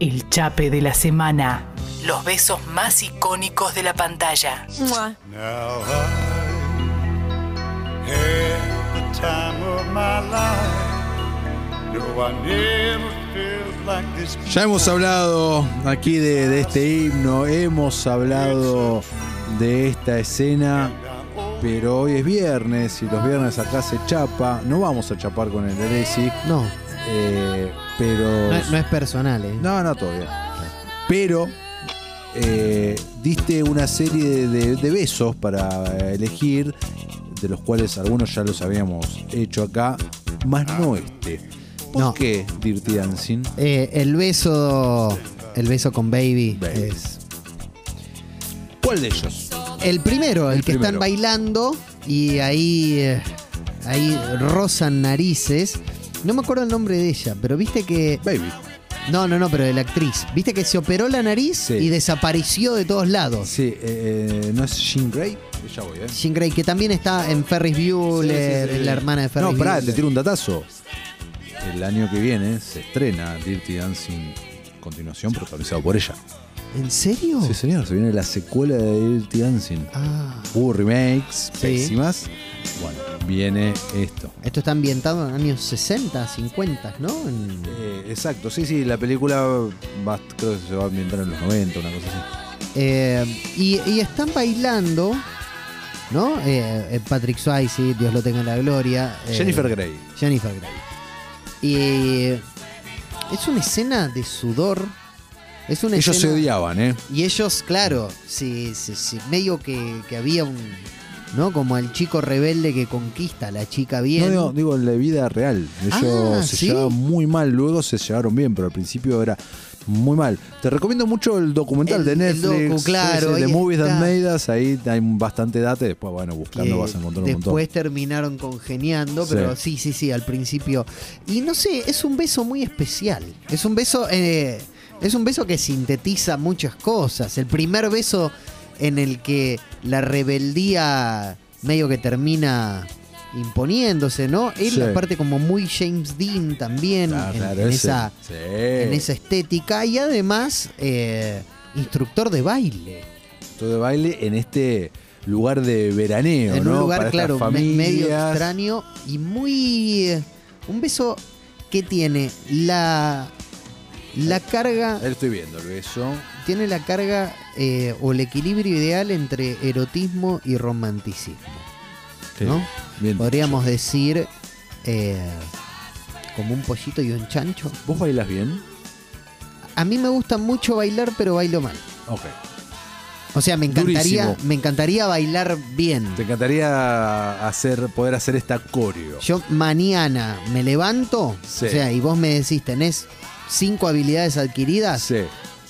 el chape de la semana. Los besos más icónicos de la pantalla. Mua. Now I had the time of my life. No, I never felt like this. Ya hemos hablado aquí de, de este himno, hemos hablado de esta escena, pero hoy es viernes y los viernes acá se chapa. No vamos a chapar con el de Daisy, No, eh, pero. no, es- no es personal, ¿eh? No, no, todavía. Pero eh, diste una serie de, de- de besos para eh, elegir, de los cuales algunos ya los habíamos hecho acá, más no este. ¿Por No. qué Dirty Dancing? Eh, el beso. El beso con Baby, Baby. es. ¿Cuál de ellos? El primero, el, El que primero. están bailando y ahí. eh, ahí rozan narices. No me acuerdo el nombre de ella, pero viste que. Baby. No, no, no, pero de la actriz. Viste que se operó la nariz Sí. y desapareció de todos lados. Sí, eh, eh, ¿no es Jean Grey? Ya voy, ¿eh? Jean Grey, que también está en Ferris Bueller, Sí, sí, sí. la hermana de Ferris No, pará, Bueller. te tiro un datazo. El año que viene se estrena Dirty Dancing, continuación protagonizado por ella. ¿En serio? Sí, señor, se viene la secuela de Dirty Dancing. Ah, Hubo remakes Sí. pésimas. Bueno, viene esto. esto está ambientado en años 60, 50, ¿no? En- Eh, exacto, sí, sí, la película va- creo que se va a ambientar en los 90, una cosa así. Eh, y, y están bailando, ¿no? Eh, eh, Patrick Swayze, Dios lo tenga en la gloria. eh, Jennifer Grey. Jennifer Grey. Y es una escena de sudor. Es una Ellos se escena- odiaban, ¿eh? Y ellos, claro, sí, sí, sí, medio que, que había un. ¿No? Como el chico rebelde que conquista a la chica bien. No, digo, digo, en la vida real. Ellos Ah, se ¿sí? llevaban muy mal, luego se llevaron bien, pero al principio era muy mal. Te recomiendo mucho el documental El- de el Netflix. docu, claro, ese, ahí The Movies That está. Made Us, ahí hay bastante data y después, bueno, que buscando vas a encontrar un montón. después terminaron congeniando, pero sí. sí, sí, al principio. Y no sé, es un beso muy especial. Es un beso. eh, es un beso que sintetiza muchas cosas. El primer beso en el que la rebeldía medio que termina imponiéndose, ¿no? Es Sí. la parte como muy James Dean también. Ah, en- claro, en ese. esa, Sí. en esa estética y además eh, instructor de baile. Todo de baile en este lugar de veraneo, en ¿no? un lugar, Para estas claro, me- medio familias. extraño y muy... eh, un beso que tiene la... La carga, Ahí lo estoy viendo, el beso. tiene la carga eh, o el equilibrio ideal entre erotismo y romanticismo. ¿no? Bien. Podríamos decir eh, como un pollito y un chancho. ¿Vos bailas bien? A mí me gusta mucho bailar, pero bailo mal. Ok. O sea, me encantaría, Durísimo. me encantaría bailar bien. Te encantaría hacer, poder hacer esta coreo. Yo mañana me levanto, Sí. o sea, y vos me decís, tenés cinco habilidades adquiridas, Sí,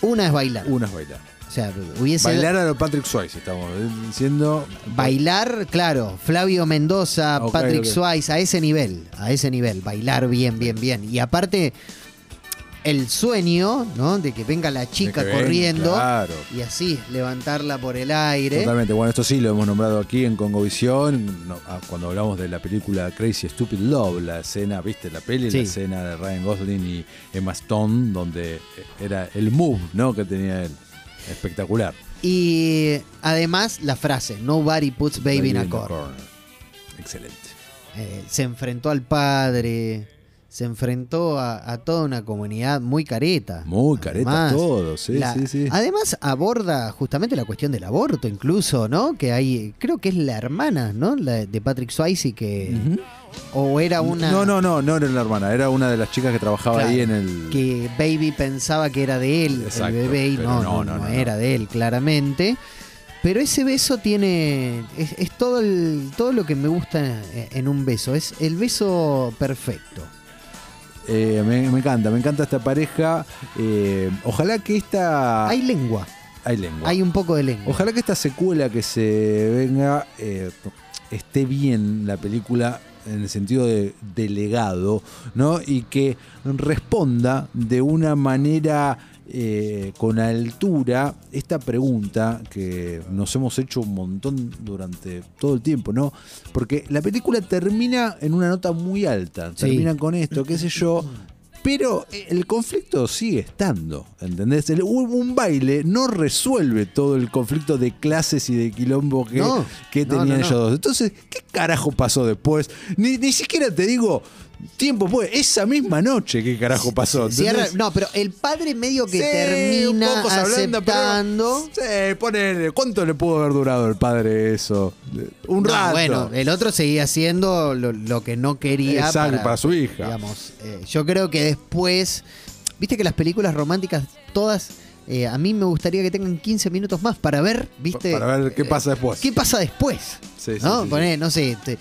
una es bailar. una es bailar. O sea, hubiese... Bailar a lo Patrick Swayze, estamos diciendo. Bailar, claro, Flavio Mendoza, Ok, Patrick ok. Swayze, a ese nivel, a ese nivel, bailar bien, bien, bien. Y aparte, el sueño, ¿no? De que venga la chica que ven, corriendo ¿Eh? claro. y así levantarla por el aire. Totalmente. Bueno, esto sí lo hemos nombrado aquí en Congovisión. no, ah, cuando hablamos de la película Crazy Stupid Love, la escena, ¿viste la peli? Sí. La escena de Ryan Gosling y Emma Stone, donde eh, era el move, ¿no? Que tenía él. Espectacular. Y además la frase, nobody puts baby, in a corner. Excelente. Eh, se enfrentó al padre, se enfrentó a, a toda una comunidad muy careta. Muy careta todo, sí, sí, sí. Además aborda justamente la cuestión del aborto incluso, ¿no? Que hay, creo que es la hermana, ¿no? La de Patrick Swayze que... O Eh, era una... No, no, no, no era la hermana, era una de las chicas que trabajaba Claro, ahí en el. Que Baby pensaba que era de él, Exacto, el bebé, y pero no, no, no, no, no no, era de él, claramente. Pero ese beso tiene. Es, es todo, el, todo lo que me gusta eh, en un beso. Es el beso perfecto. Eh, me, me encanta, me encanta esta pareja. Eh, ojalá que esta. Hay lengua, Hay lengua. hay un poco de lengua. Ojalá que esta secuela que se venga eh, esté bien la película en el sentido de delegado, ¿no? Y que responda de una manera eh, con altura esta pregunta que nos hemos hecho un montón durante todo el tiempo, ¿no? Porque la película termina en una nota muy alta, Sí. termina con esto, qué sé yo, Pero eh, el conflicto sigue estando, ¿entendés? El- un, un baile no resuelve todo el conflicto de clases y de quilombo que, No, que no, no, tenían no. ellos dos. Entonces, ¿qué carajo pasó después? Ni, ni siquiera te digo tiempo pues esa misma noche, ¿qué carajo pasó? Cierra- ¿entendés? no, pero el padre medio que Sí, un termina poco se ablanda, pero- aceptando. sí, ponele, ¿cuánto le pudo haber durado el padre eso? Un No, rato. Bueno, eh, el otro seguía haciendo lo, lo que no quería. Exacto, para su hija. Digamos, eh, yo creo que después. Viste que las películas románticas, todas. eh, a mí me gustaría que tengan 15 minutos más para ver, ¿viste? Para ver qué Eh, pasa después. ¿Qué pasa después? Sí, sí, ¿No? sí, sí. Poné, no sé, te-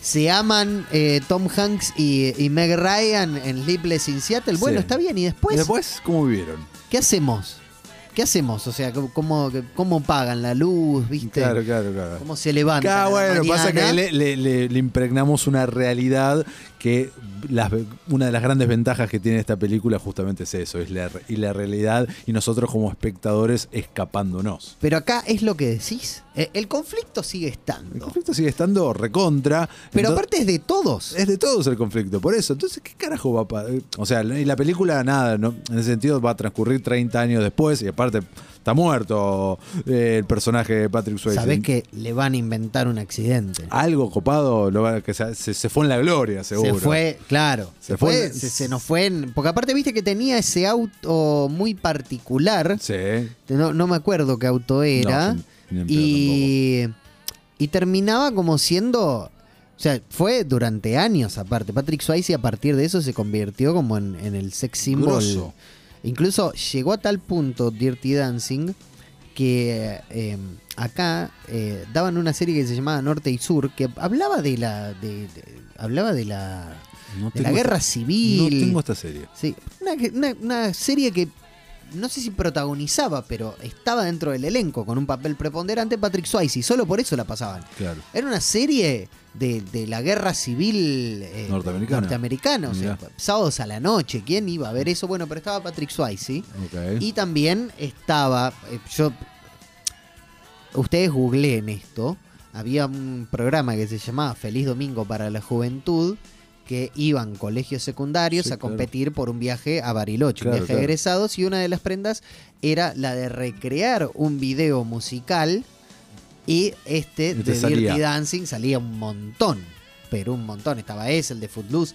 se aman eh, Tom Hanks y, y Meg Ryan en Sleepless in Seattle. Bueno, Sí. está bien. ¿Y ¿Y después? después cómo vivieron? ¿Qué hacemos? ¿Qué hacemos? O sea, ¿cómo- ¿cómo, cómo pagan la luz? ¿Viste? Claro, claro, claro. ¿Cómo se levantan? Cada a la bueno, pasa que mañana? le, le- le- le impregnamos una realidad que las- una de las grandes ventajas que tiene esta película justamente es eso, es la, y la realidad y nosotros como espectadores escapándonos. Pero acá es lo que decís. Eh, El conflicto sigue El estando. conflicto sigue estando recontra. Pero Ento- aparte es de todos. Es de todos el conflicto, por eso. Entonces, ¿qué carajo va a pa- O sea, y la película, nada, ¿no? en ese sentido va a transcurrir 30 años después y aparte está muerto eh, el personaje de Patrick Swayze. Sabés que le van a inventar un accidente. Algo copado, lo va- que se, se- se fue en la gloria, Ah, seguro. se fue, claro. Se, Se fue, fue- se, se nos fue. en- porque aparte viste que tenía ese auto muy particular. Sí. No, no me acuerdo qué auto era. No, ni en pedo y, y terminaba como siendo. O sea, fue durante años aparte. Patrick Swayze a partir de eso se convirtió como en, en el sex symbol. Grosso. Incluso llegó a tal punto Dirty Dancing que eh, acá eh, daban una serie que se llamaba Norte y Sur que hablaba de la de- de- hablaba de la No de la tengo guerra esta- civil. No tengo esta serie. Sí, una, una- una serie que no sé si protagonizaba, pero estaba dentro del elenco con un papel preponderante Patrick Swayze, y solo por eso la pasaban. Claro. Era una serie de, de la guerra civil eh, Norteamericana. norteamericana, o sea, Mirá. sábados a la noche, ¿quién iba a ver eso? Bueno, pero estaba Patrick Swayze Ok. y también estaba, eh, yo, ustedes googleen esto, había un programa que se llamaba Feliz Domingo para la Juventud, que iban colegios secundarios Sí, a claro. competir por un viaje a Bariloche, un Claro, viaje de claro. egresados, y una de las prendas era la de recrear un video musical, y este Y te de salía. Dirty Dancing salía un montón, pero un montón, estaba ese, el de Footloose,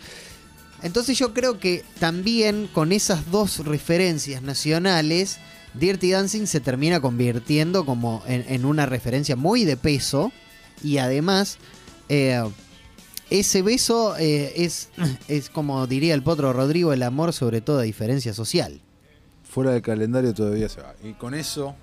entonces yo creo que también con esas dos referencias nacionales, Dirty Dancing se termina convirtiendo como en, en una referencia muy de peso y además eh, ese beso eh, es, es como diría el potro Rodrigo, el amor sobre toda diferencia social. Fuera del calendario todavía se va. Y con eso